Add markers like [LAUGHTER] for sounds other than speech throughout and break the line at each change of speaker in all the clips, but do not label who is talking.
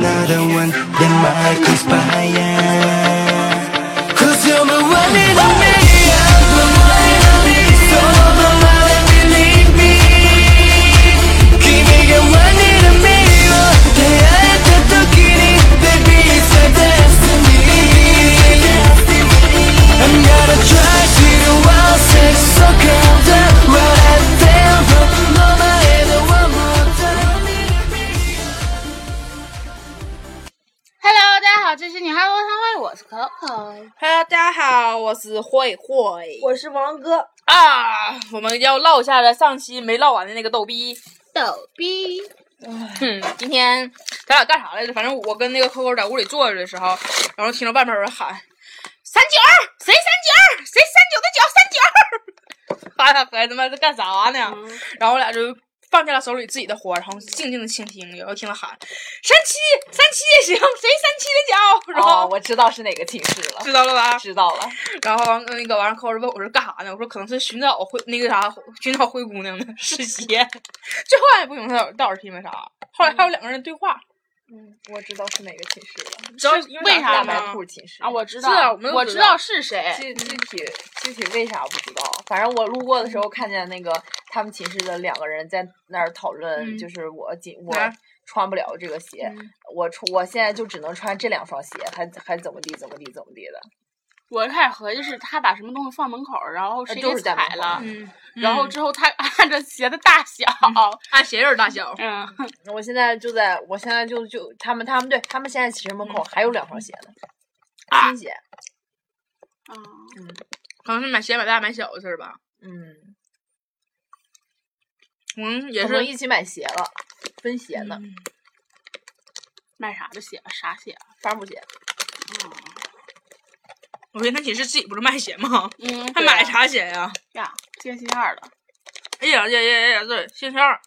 anyone that might inspire. Cause you're my one and only. you're my one and only, so my love and believe me. 君が one in a million 出会えた時に Baby it's my destiny I'm gonna try she the wild sex so cold down what I feel for お前の one more time
Hello，大家好，这是女孩文唱会，我是 Coco。
Hello，大家好，我是慧慧。
我是王哥，
啊，我们要唠一下了上期没唠完的那个逗逼。
逗逼，
哼，今天咱俩干啥来着？反正我跟那个 Coco 在屋里坐着的时候，然后听到外面有人喊“三九二”，谁三九二？谁三九的九？三九二！ [LAUGHS] 发小孩他妈在干啥呢？然后我俩就放下了手里自己的活，然后静静的倾听，然后听他喊“三七，三七也行，谁三七的脚？”然后、
哦，我知道是哪个寝室了，
知道了吧？
知道了。
然后完那个完了，扣儿问我是干啥呢？我说可能是寻找灰那个啥，寻找灰姑娘呢，实习。 [LAUGHS] 最后也不明白到底到底是因为啥。后来还有两个人对话，
嗯，我知道是哪个寝室
嗯
了，
知道因为啥
大
吗
白兔寝室
啊，。我知
是啊
道，
我们都
我
知
知
道
道是谁。
具具体具体为啥不知道，反正我路过的时候看见那个他们寝室的两个人在那儿讨论，
嗯
就是我今我
哪儿
穿不了这个鞋，我穿我现在就只能穿这两双鞋，还还怎么地怎么地怎么地的。
我开始合计是他把什么东西放门口，然后谁
呃就
给
是在
踩了，
嗯，
然后之后他 [LAUGHS] 按着鞋的大小，
按鞋印儿大小，
嗯，
我现在就在我现在就就他们他们对他们现在寝室门口还有两双鞋呢，
啊
新鞋，
啊
可能是买鞋买大买小的事儿吧。
嗯，
嗯，也
也是
是
一起买鞋了，分鞋呢，
卖啥的鞋？啥啊鞋？
帆布鞋。
嗯我寻思他寝室自己不是卖鞋吗？
嗯，
还
对
买
啊
啥鞋呀、
呀？星期二了，
哎呀呀呀呀！对，星期二，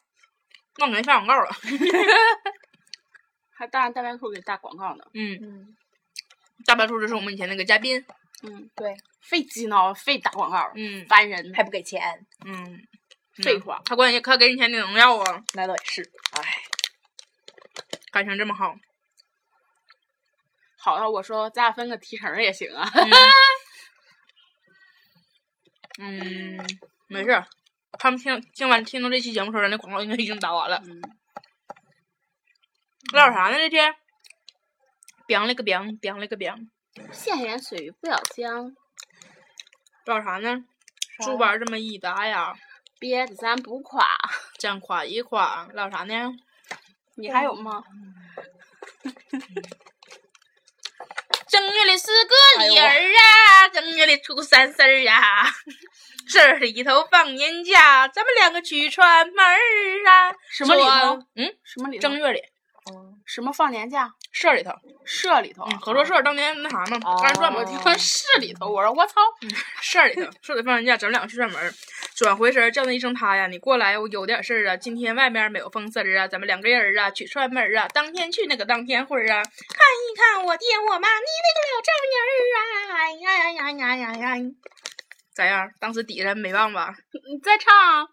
那我没发广告了。 [LAUGHS]
还大大白兔给打广告呢。
嗯，
嗯，
大白兔就是我们以前那个嘉宾。
嗯，
对，
费鸡挠，费打广告，
嗯
烦人。
还不给钱，
嗯，
废话
他关键他给你钱你能要啊？
那倒也是。哎，
感情这么好。
好了，我说咱俩分个提成儿也行啊。
[LAUGHS] 嗯，没事儿，他们听听完听到这期节目的时候，咱那广告应该已经打完了。
嗯，
唠啥呢？这天，biang 了个 biang biang 了个 biang，
闲言碎语不要讲，
唠啥呢？猪板这么一搭呀，
别的咱不
[LAUGHS]
夸。
这样夸一夸，唠啥呢？
你还有吗？
正月里是
哎
个里儿啊，正月里初三四儿啊，这里头放年假，咱们两个去串门儿啊。
什么里头
说？嗯，
什么里头？哦
正月里，
什么放年假？
社里头，
社里头啊。
嗯，合作社当年那啥嘛，
哦
二人转嘛，
我
嗯
哦
听说市里头，我说我操，
事儿里头，说得放人假，咱们两个去串门儿。转回身儿叫那一声他呀，你过来，我有点事儿啊。今天外面没有风丝儿啊，咱们两个人儿啊去串门儿啊。当天去那个当天会儿啊，看一看我爹我妈，你那个老丈人儿啊，哎呀呀呀呀呀呀！咋样？当时底下没忘吧？
你再唱啊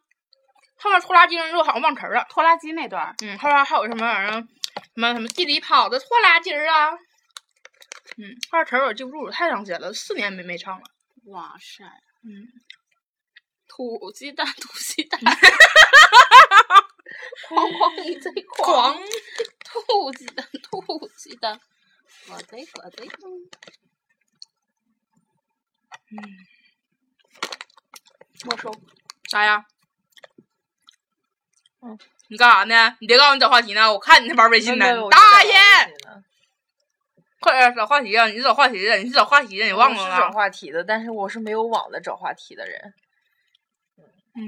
后面拖拉机之后好像忘词儿了。
拖拉机那段儿，
嗯，后边还有什么玩意儿？什么什么地里跑的拖拉机儿啊？嗯，后边词儿我记不住，太长时间了，四年没没唱了。
哇塞，
嗯，
土鸡蛋，土鸡蛋，狂狂你贼狂，
狂。
土鸡蛋，土鸡蛋，我贼我贼，嗯，没收，
啥呀？你干啥呢？你别告诉我你找话题呢，我看你那玩微信呢。
那个我知道
大爷，
了！
快点找话题啊！你是找话题的，你是找话题的，你
你
忘
是
了啊
找
吗？
话题的，但是我是没有网的找话题的人。
嗯，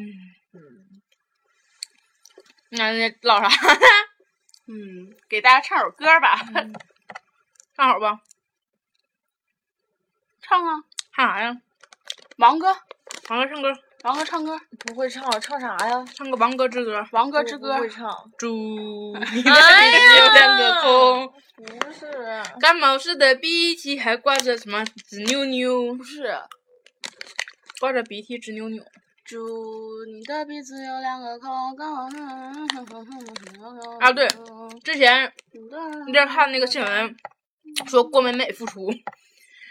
嗯，
那那唠啥？
嗯，给大家唱首歌吧，
唱好吧？
唱啊，
唱啥呀？
王哥，
王哥唱歌，
王哥唱歌，
不会唱，唱啥呀？
唱个王哥之歌。
王哥
我
之
不
歌
会，唱，
祝你流浪的风，
不是，
感冒时的鼻涕还挂着什么直扭扭
不，是。
挂着鼻涕直扭扭。
祝你的鼻子有两个孔。
啊对之前
你
你这看那个新闻，说郭美美复出，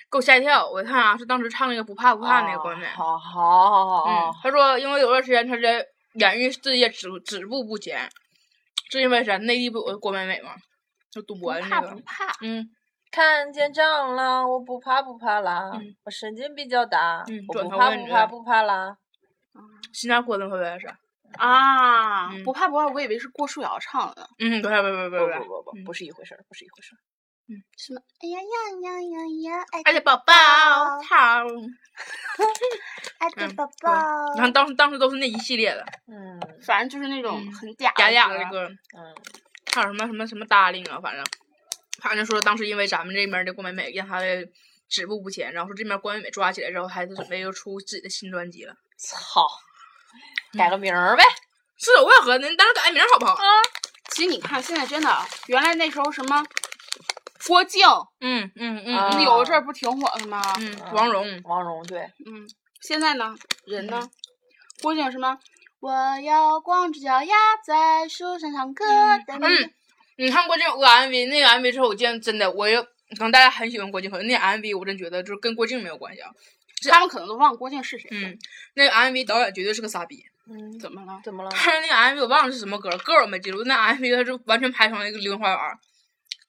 给我吓一跳。我看啊，是当时唱那个不怕不怕那个郭美美。
哦
好好好好
嗯
好，，
他说因为有段时间他这演艺事业止止步不前，是因为啥？内地不有郭美美吗？就赌博的那
怕不
个，
怕？
嗯，
看见蟑螂我不怕不怕啦
嗯，
我神经比较大
嗯，
我
转
不
头
怕
问
不
你
怕
了
不怕啦。
新加坡的会不会是？
啊，
嗯
不怕不怕，我以为是郭书瑶唱的。
嗯，不是不是不
不
是不是
哦
不，不不，
嗯
不是一回事儿，不是一回事儿。
什么？哎呀呀呀呀呀！
而且宝宝操！
爱
的嗯
宝
你看当时当时都是那一系列的
嗯
反正就是那种
嗯
很假
雅雅
歌
的歌，
嗯，
还有什么什么什么 darling 啊，反正反正说当时因为咱们这边儿的郭美美让她的止步不前，然后说这边儿郭美美抓起来之后，还是准备又出自己的新专辑了。
操，改个名儿呗。
是无可和您当时改名儿好不好？
其实你看，现在真的，啊原来那时候什么郭靖，
嗯嗯
啊
嗯
那有一阵儿不挺火的吗？
嗯，王蓉，
王蓉对，
嗯，现在呢，人
嗯
呢，郭靖什么？我要光着脚丫在树上唱歌。等你
嗯，你看郭靖有个 MV，那个 MV 之后，我见真的我也可能大家很喜欢郭靖，可是那 MV 我真觉得就是跟郭靖没有关系啊。
他们可能都忘了郭靖是谁了。
嗯，那个 MV 导演绝对是个傻逼。
嗯，
怎么了？
怎么了？
但是那个 MV 我忘了是什么歌，歌我没记住。那 MV 它就完全拍成了一个《流星花园》，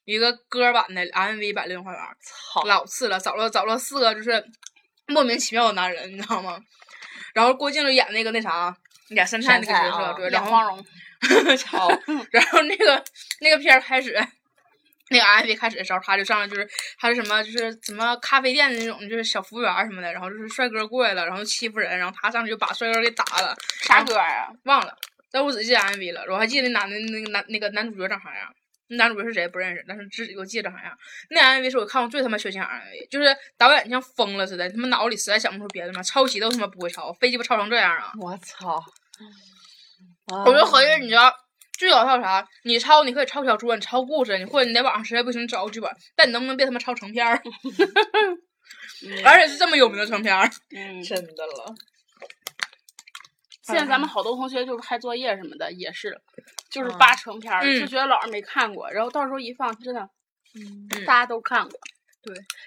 一个歌版的 MV 版《流星花园》，
操，
老次了，找了找了四个就是莫名其妙的男人，你知道吗？然后郭靖就演那个那啥，演杉菜那个角
杉菜啊
色，对，
演
然后 [LAUGHS]
光荣，哦
操，然后那个那个片儿开始，那个 MV 开始的时候，他就上来就是他是什么就是什么咖啡店的那种就是小服务员儿什么的，然后就是帅哥过来了，然后欺负人，然后他上去就把帅哥给打了，
啥歌啊？
忘了，但我只记得 MV 了，我还记得那男的那个男那个男主角长啥样。那男主角是谁不认识，但是只我记得长啥样。那 MV 是我看过最他妈血腥 MV，就是导演像疯了似的，他妈脑里实在想不出别的嘛，抄袭都他妈不会抄，飞鸡巴抄成这样啊！
我操！
我
我
就合计，你知道最搞笑啥？你抄你可以抄小说，你抄故事，你或者你在网上实在不行你找个剧本，但你能不能别他妈抄成片儿？嗯而且是这么有名的成片儿，
嗯，
真的了，
现在咱们好多同学就是拍作业什么的也是，就是
嗯
扒成片儿，
嗯嗯
就觉得老师没看过，然后到时候一放，真的
嗯，
大家都看过。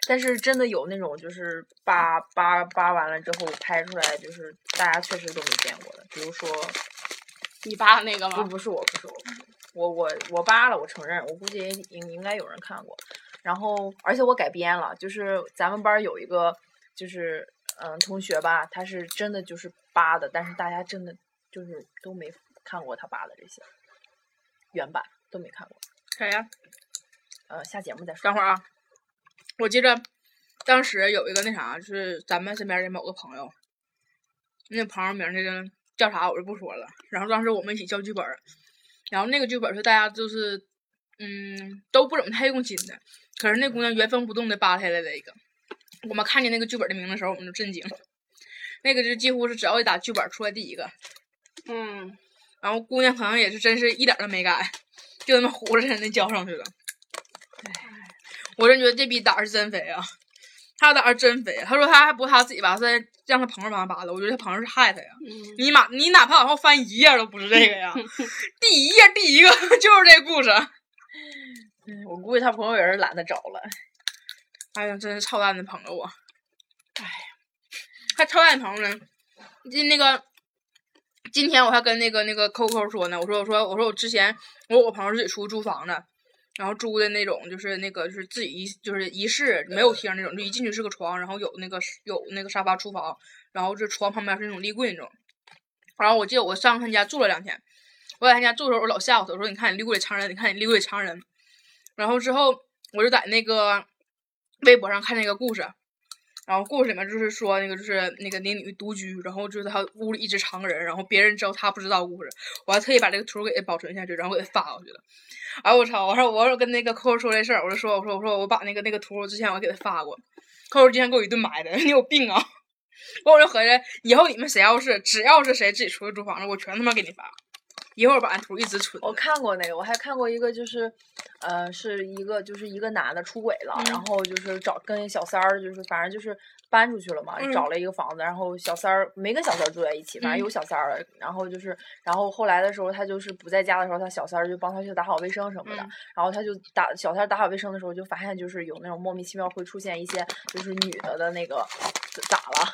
但是真的有那种就是扒扒扒完了之后拍出来，就是大家确实都没见过的，比如说
你扒的那个
啊
不
吗？
不是我，不是我，我我我扒了，我承认，我估计也应应该有人看过。然后，而且我改编了，就是咱们班儿有一个，就是嗯同学吧，他是真的就是扒的，但是大家真的就是都没看过他扒的这些原版，都没看过。
谁呀？
呃，下节目再说
[LAUGHS] 等。会儿啊，我记着当时有一个那啥，就是咱们身边的某个朋友，那朋友名儿那个叫啥我就不说了。然后当时我们一起交剧本儿，然后那个剧本儿是大家就是嗯都不怎么太用心的，可是那姑娘原封不动的扒下来了一个。我们看见那个剧本的名字的时候，我们就震惊。那个就几乎是只要一打剧本儿出来第一个，
嗯，
然后姑娘可能也是真是一点儿都没改，就那么糊着那交上去了。我真觉得这逼胆儿是真肥啊！他胆儿真肥，他说他还不是他自己扒，是让他朋友帮他扒的。我觉得他朋友是害他呀！
嗯
你妈，你哪怕往后翻一页都不是这个
[LAUGHS]
呀！第一页第一个 [LAUGHS] 就是这故事。
嗯哎我估计他朋友也是懒得找了。
哎呀，真是操蛋的朋友啊！哎，还操蛋的朋友呢？就那个，今天我还跟那个那个 Coco 说呢，我说我说我说我之前我有个朋友自己出去租房子，然后租的那种就是那个就是自己一就是一室没有厅那种，就一进去是个床，然后有那个有那个沙发厨房，然后这床旁边是那种立柜那种。然后我记得我上他家住了两天，我在他家住的时候，我老吓唬他，我说你看你立柜里藏人，你看你立柜里藏人。然后之后我就在那个微博上看那个故事，然后故事里面就是说那个就是那个那女独居，然后就是她屋里一直藏人，然后别人知道她不知道故事，我还特意把这个图给保存下去，然后给发过去了。哎我操！我说我说跟那个扣扣说这事儿，我就说我说我说我把那个那个图之前我给他发过，扣扣之前给我一顿埋汰， [LAUGHS] 你有病啊！我就合计以后你们谁要是只要是谁自己出去租房子，我全他妈给你发，一会儿把那图一直存着。
我看过那个，我还看过一个，就是，呃，是一个就是一个男的出轨了，
嗯
然后就是找跟小三儿，就是反正就是搬出去了嘛，
嗯
找了一个房子，然后小三儿没跟小三儿住在一起，反正
嗯
有小三儿了，然后就是，然后后来的时候，他就是不在家的时候，他小三儿就帮他去打扫卫生什么的，
嗯
然后他就打小三儿打扫卫生的时候，就发现就是有那种莫名其妙会出现一些就是女的的那个咋了，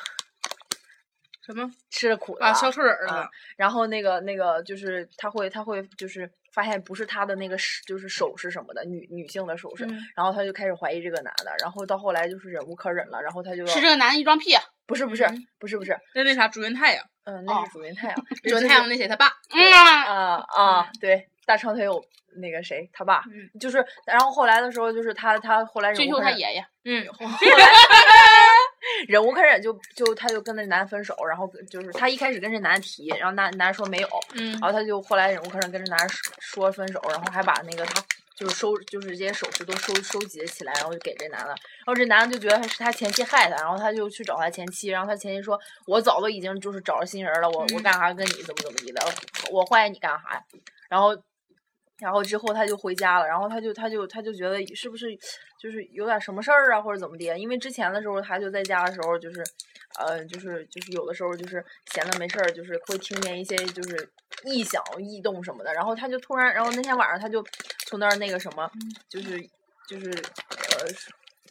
什么
吃了苦的
啊？
吧
消臭水儿
啊
了？
然后那个那个就是他会他会就是发现不是他的那个饰就是首饰什么的女女性的首饰，
嗯
然后他就开始怀疑这个男的，然后到后来就是忍无可忍了，然后他就要
是这个男的一装屁，啊
不是不是不是不是，
那那啥，朱元太呀，
嗯，那
哦
是主
[LAUGHS]
云太阳，
朱元太阳那谁他爸？
嗯啊，
啊啊，对，大长腿有那个谁他爸，
嗯
就是然后后来的时候就是他他后来忍
追
无
求
可
他
忍，
爷爷，
嗯，
忍无可忍就就他就跟那男分手，然后就是他一开始跟这男提，然后男男说没有，
嗯
然，后他就后来忍无可忍，跟这男人说说分手，然后还把那个他就是收就是这些首饰都收收集起来，然后就给这男的，然后这男的就觉得是他前妻害他，然后他就去找他前妻，然后他前妻说，我早都已经就是找着新人了，我我
嗯
干啥跟你怎么怎么地的，我坏你干啥呀？然后。然后之后他就回家了，然后他就他就他就觉得是不是就是有点什么事儿啊，或者怎么的？因为之前的时候他就在家的时候，就是，呃，就是就是有的时候就是闲的没事儿，就是会听见一些就是异响、异动什么的。然后他就突然，然后那天晚上他就从那儿那个什么，就是就是呃，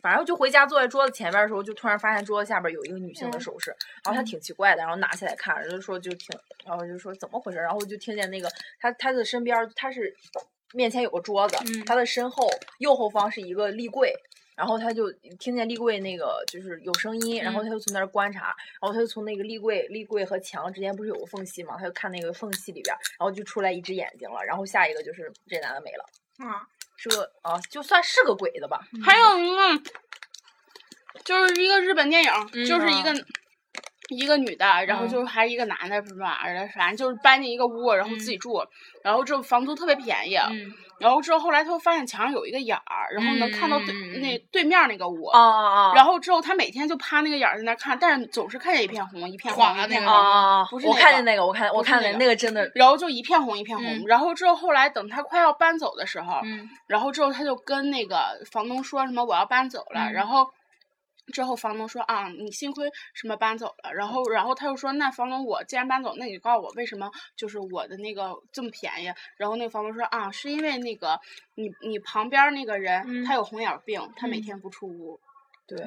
反正就回家坐在桌子前面的时候，就突然发现桌子下边有一个女性的
嗯
首饰，然后他挺奇怪的，然后拿起来看，然后就说就挺，然后就说怎么回事儿？然后就听见那个他他的身边儿他是面前有个桌子，
嗯
他的身后右后方是一个立柜。然后他就听见立柜那个就是有声音，然后
嗯
他就从那儿观察，然后他就从那个立柜、立柜和墙之间不是有个缝隙嘛，他就看那个缝隙里边儿，然后就出来一只眼睛了，然后下一个就是这男的没了，
啊，
是个啊，就算是个鬼的
嗯
吧，
还有一个就是一个日本电影，
嗯
就是一
啊
个。一个女的，然后
嗯
就是还是一个男的，什么玩意儿的，反正就是搬进一个屋，然后自己住，然后这房租特别便宜，
嗯，
然后之后后来他又发现墙上有一个眼儿，然后能看到对、
嗯嗯嗯哦
那对面那个屋，
啊啊
然后之后他每天就趴那个眼儿在那儿看，但是总是看见一片红一片红
垮的
一片
那
红，
个哦
啊啊
不是
我
那
看
个
见那个，我看我
不是
看
那
见
个
那个真 [LAUGHS] 的，
然后就一片红一片红。
嗯
然后之后后来等他快要搬走的时候，
嗯，
然后之后他就跟那个房东说什么我要搬走了，
嗯
然后。之后房东说啊，你幸亏什么搬走了，然后然后他又说，那房东我既然搬走，那你告诉我为什么就是我的那个这么便宜？然后那个房东说啊，是因为那个你你旁边那个人、
嗯
他有红眼病，他每
嗯
天不出屋，
对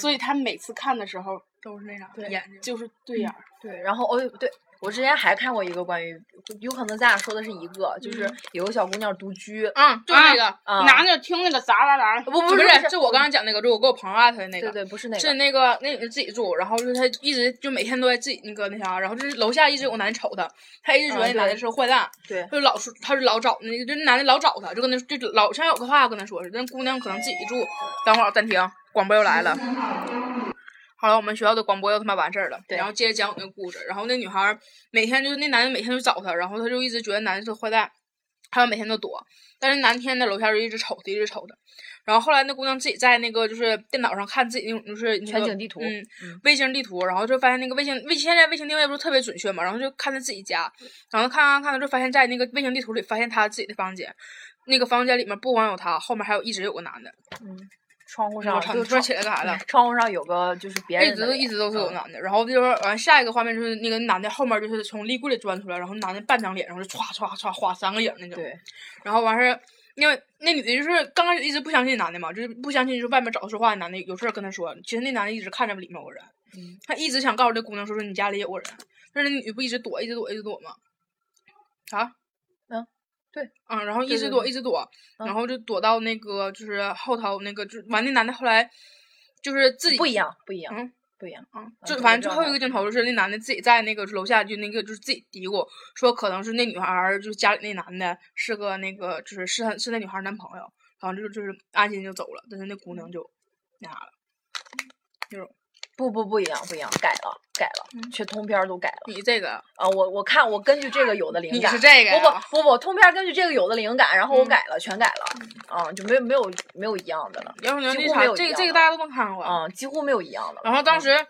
所以他每次看的时候
都是那啥
对
眼睛。
就是
嗯
对眼儿。
啊
对，然后哦对。我之前还看过一个关于，有可能咱俩说的是一个，就是
嗯
有个小姑娘独居，
嗯，就是那个，
啊
拿那听那个砸啦啦，
不不
不
是
是，就我刚刚讲那个，就我跟我朋友啊，他的那
对
个，
对，不是那
是
个，
那个那个自己住，然后就是他一直就每天都在自己那个那啥，然后就是楼下一直有个男的瞅他，他一直觉得那
嗯对
男的是个坏蛋，
对
他就老说他就老找那个，就那男的老找他，就跟他就老像有个话跟他说似的，那姑娘可能自己住。等会儿暂停，广播又来了。好了，我们学校的广播又他妈完事儿了，
对
然后接着讲我那个故事。然后那女孩儿每天就那男的每天就找她，然后她就一直觉得男的是个坏蛋，她就每天都躲。但是男天在楼下就一直瞅她，一直瞅她。然后后来那姑娘自己在那个就是电脑上看自己那种就是、那个、
全景地图
嗯
嗯，
卫星地图，然后就发现那个卫星卫现在卫星定位不是特别准确嘛，然后就看她自己家，然后看看看，就发现在那个卫星地图里发现她自己的房间，那个房间里面不光有她，后面还有一直有个男的。
窗户
我
上
操，
就
你突然
窗
起来干啥 [LAUGHS] 了？
窗户上有个就是别人
一直
的
都
脸
一直都是有
嗯
男的，然后就是完下一个画面就是那个男的后面就是从立柜里钻出来，然后男的半张脸，然后就歘歘歘划三个影那种。
对，
然后完事儿，因为那女的就是刚开始一直不相信男的嘛，就是不相信，就是外面找他说话的男的有事儿跟他说。其实那男的一直看着里面有个人，
嗯
他一直想告诉这姑娘说说你家里有个人，但是那女的不一直躲，一直躲，一直躲吗？啊？
嗯，对，
嗯，然后一
对
直
对
躲，
对
一直躲，
嗯
然后就躲到那个就是后头那个，就是完那男的后来就是自己
不一样，不一样，
嗯
不一样。
嗯，
嗯
就
这
反正
个
最
状
后
态
一个镜头就是那男的自己在那个楼下就那个就是自己嘀咕说可能是那女孩儿就是家里那男的是个那个就是是他是那女孩儿男朋友，然后就就是安心就走了，但是那姑娘就
嗯
那啥了，
不不不一样，不一样，改了改了，
嗯
全通篇儿都改了
你这个
啊！我我看我根据这个有的灵
你
感，
是这个
不
呀
不不不，通篇儿根据这个有的灵感，然后我
嗯
改了，全改了，啊，就没有没有没有一样的了，
要不然
几
那
乎没
啥
有
这
一
个
样
这个
的
大家都能看过，
啊，几乎没有一样的了。
然后当
嗯
时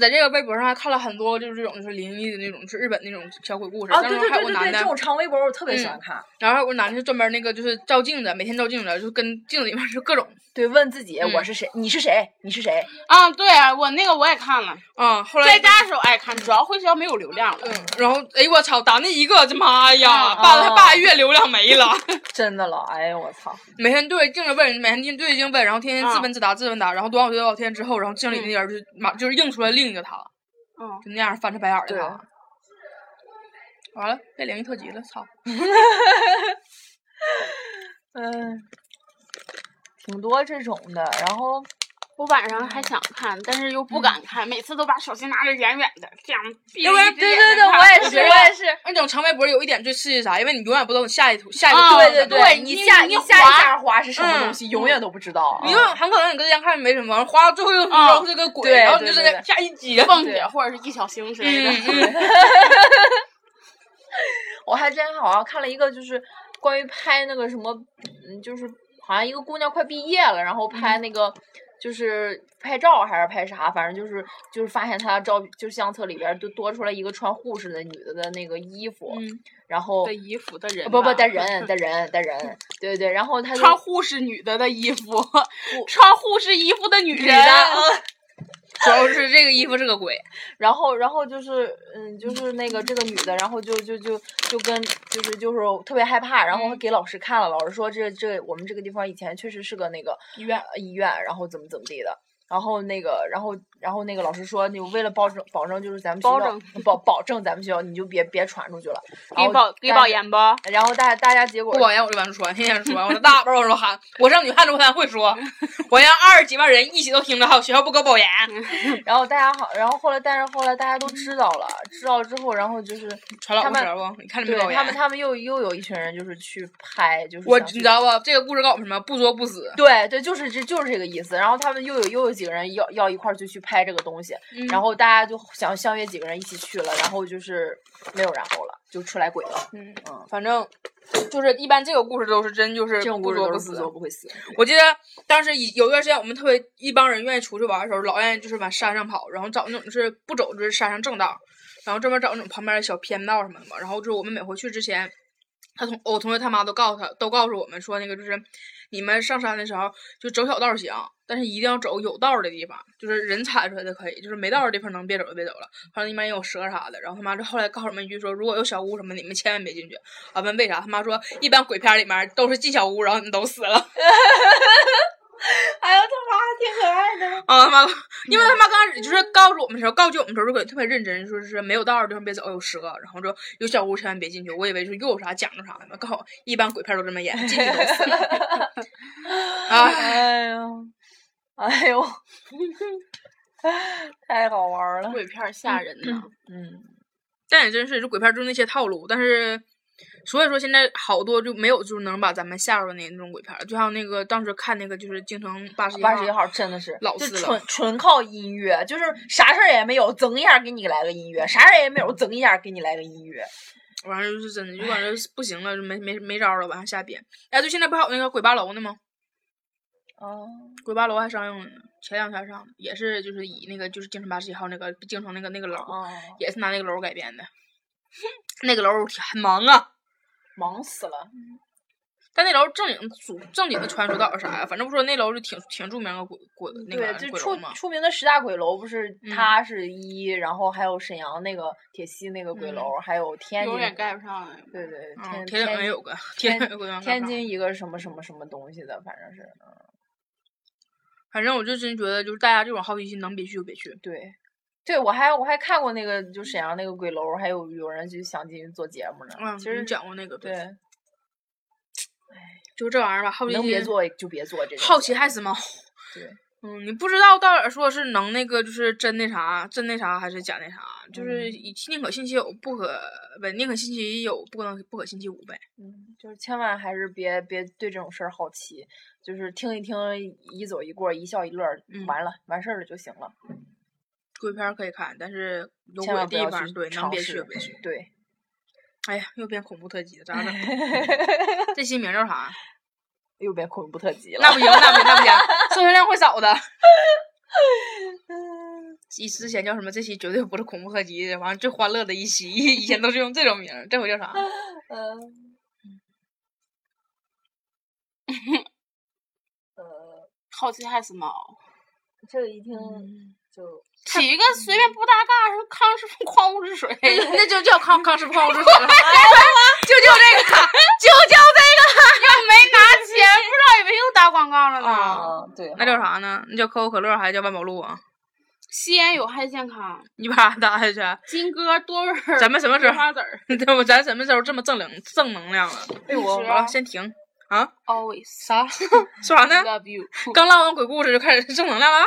在这个微博上还看了很多，就是这种就是灵异的那种，就是日本那种小鬼故事。
啊，
当
对
中
对
还
对
有个
对
男
对，
的
这，种长微博我特别喜
嗯
欢看。
然后还有个男的是专门那个就是照镜子，每天照镜子，就跟镜子里面就各种
对，问自己
嗯
我是谁，你是谁，你是谁？
啊，对我那个我也看了，
啊、后来
在家的时候爱看，主要回学校没有流量了。
嗯，然后哎呦我操，打那一个，这妈呀，
啊
半
啊
他半个月流量没了，
真的了，哎呀，我操！
每天对着镜子问，每天对着镜子问，然后天天自
啊
问自答自问答，然后多少多少天之后，然后镜里那人就马、就是映出来另一个他，
嗯，
就那样翻着白眼儿的
对
他。
啊
完了，被灵异特辑了，操！
嗯，挺多这种的。然后
我晚上还想看，但是又不敢看，每次都把手机拿着远远的，这样闭着
因为
一只
[LAUGHS]
眼睛
对对对
看
我也
我
是
觉得
也是，
那种哎长微博有一点最刺激啥，因为你永远不知道你下一图下一个
啊
图
对
是
对
什么
对
你
你
下
你
你下一
滑
下滑是什么
嗯
东西，永远都不知道。
你
嗯
永远很可能你搁这样看没什么，完了花到最后又
啊
绕这个鬼，
对
然后你
对
就在
对
那
对
下一集了。
凤
对
姐或者是一小星之类的。
嗯
[LAUGHS]
嗯，
我还之前好啊像看了一个，就是关于拍那个什么，嗯，就是好像一个姑娘快毕业了，然后拍那个。就是拍照还是拍啥，反正就是就是发现她照就相册里边儿就多出来一个穿护士的女的的那个衣服，
嗯
然后
的衣服的人
不不
吧
的人的人的人，对对对，然后她就
穿护士女的的衣服，穿护士衣服的女
女
人，
的，嗯
主要是这个衣服是个鬼，
然后，然后就是，嗯，就是那个这个女的，然后就就就就跟就是就是特别害怕，然后还给老师看了，老师说这这我们这个地方以前确实是个那个
医院
呃医院，然后怎么怎么地的，然后那个，然后然后那个老师说，你为了保证保证就是咱们学
保
校保保证咱们学校你就别别传出去了，然
给
后
保给
大
保
家。
研吧。
然后大家大家结果
不保研我就完全说，天天说，我的大包我说喊，我让女汉子我才会
[LAUGHS]
说，我让二十几万人一起都听着哈，学校不给我保研，
然后大家好，然后后来，但是后来大家都知道了，知道之后，然后就是
传老
他
五
们
折不？你看着
对
没保
他们，
研？
他们又又有一群人就是去拍，就是
我
想
你
去
知道不？这个故事告诉我们什么？不作不死。
对对，就是这就是这个意思。然后他们又有又有几个人要要一块儿就去拍这个东西，
嗯
然后大家就想相约几个人一起去了，然后就是没有然后了，就出来鬼了。
嗯
嗯，
反正就是一般这个故事都是真就是
这种
不
故事
作
都
不
是
死
不。作不会死。
我记得当时以有一段时间，我们特别一帮人愿意出去玩的时候，老愿意就是往山上跑，然后找那种就是不走就是山上正道，然后专门找那种旁边的小偏道什么的嘛。然后就是我们每回去之前，他同我同学他妈都告诉他，都告诉我们说那个就是你们上山的时候就走小道行，但是一定要走有道儿的地方，就是人踩出来的可以，就是没道儿的地方能别走就别走了。反正一般也有蛇啥的。然后他妈就后来告诉我们一句说，如果有小屋什么，你们千万别进去。啊，问为啥？他妈说一般鬼片里面都是进小屋，然后你们都死了。
哎呦，他妈还挺可爱的。
啊他妈，因为他妈刚开始就是告诉我们的时候，告诫我们的时候就给特别认真，说是没有道儿的地方别走，有哎蛇，然后说有小屋千万别进去。我以为是又有啥讲究啥的呢，告诉我一般鬼片都这么演，进去都死了。
[LAUGHS]
哎，
哎呦，哎呦， [LAUGHS] 太好玩儿了。
鬼片儿吓人呢，
[LAUGHS] 嗯，
但也真是，这鬼片就是那些套路，但是。所以说现在好多就没有就是能把咱们吓着的那那种鬼片儿，就像那个当时看那个就是京城八十一
八十一号真的是
啊老
就
四了
纯纯靠音乐，就是啥事儿也没有，整一下给你来个音乐；啥事儿也没有，整一下给你来个音乐。
完了就是真的就感觉是不行了，就没没没招儿了，往下瞎编。哎，对，现在不还有那个鬼八楼呢吗？
嗯。
鬼八楼还上映了呢，前两天上的，也是就是以那个就是京城八十一号那个京城那个那个楼，
哦，
也是拿那个楼改编的。 [LAUGHS] 那个楼很忙啊，
忙死了。
但那楼正经主正经的传说到底啥呀？反正不说那楼就挺挺著名的鬼鬼那个
嗯对，就
鬼
出
楼嘛。
出名的十大鬼楼不是
嗯
它是一，然后还有沈阳那个铁西那个鬼楼，还有天津
永，远盖不上来。
对对，
嗯，铁
天
岭也有个，铁岭有个地
天
方
天
干啥
津一个什么什么什么东西的，反正是
反正我就真觉得，就是大家这种好奇心能别去就别去。
对。对，我还我还看过那个，就沈阳那个鬼楼，还有有人就想进去做节目呢。
嗯，
其实
你讲过那个，
对，，
就这玩意儿吧，好奇
能
心
别做就别做这种。
好奇害死猫。
对，
嗯，你不知道到底说是能那个，就是真那啥，真那啥还是假那啥，就是
嗯
以宁可信其有，不可不宁可信其有，不能不可信其无呗。
嗯，就是千万还是别别对这种事儿好奇，就是听一听，一走一过，一笑一乐儿，
嗯
完了完事儿了就行了。
鬼片儿可以看，但是有
千
鬼的
万不
地
要
方
去
对能
尝
别
试
去就别去。
对，
哎呀，又变恐怖特辑了，
[LAUGHS]
咋整？这期名儿叫啥？
又变恐怖特辑了。 [LAUGHS]
那不行，那不行，那不行，搜学量会少的。以之前叫什么？这期绝对不是恐怖特辑，完了最欢乐的一期，以前都是用这种名儿，这回叫啥？
呃，呃，
好奇害死猫，
这个一听
嗯
就
起一个随便不搭嘎，什么康师傅矿物质水， [LAUGHS]
[LAUGHS] 那就叫康康师傅矿物之水，就叫 [LAUGHS] 这个，就叫
又没拿钱，不知道以为又打广告了呢。
啊，对，
那叫啥呢？那叫可口可乐还是叫万宝路啊？
吸烟有害健康，
你把它打下去，
金戈多味儿，
咱们什么时候
花籽儿
[LAUGHS] 对不？咱什么时候这么正能正能量了？
哎我
是
好，
啊
先停啊！
，always
啥？说啥呢？
[LAUGHS] love you。
刚唠完鬼故事就开始正能量了啊。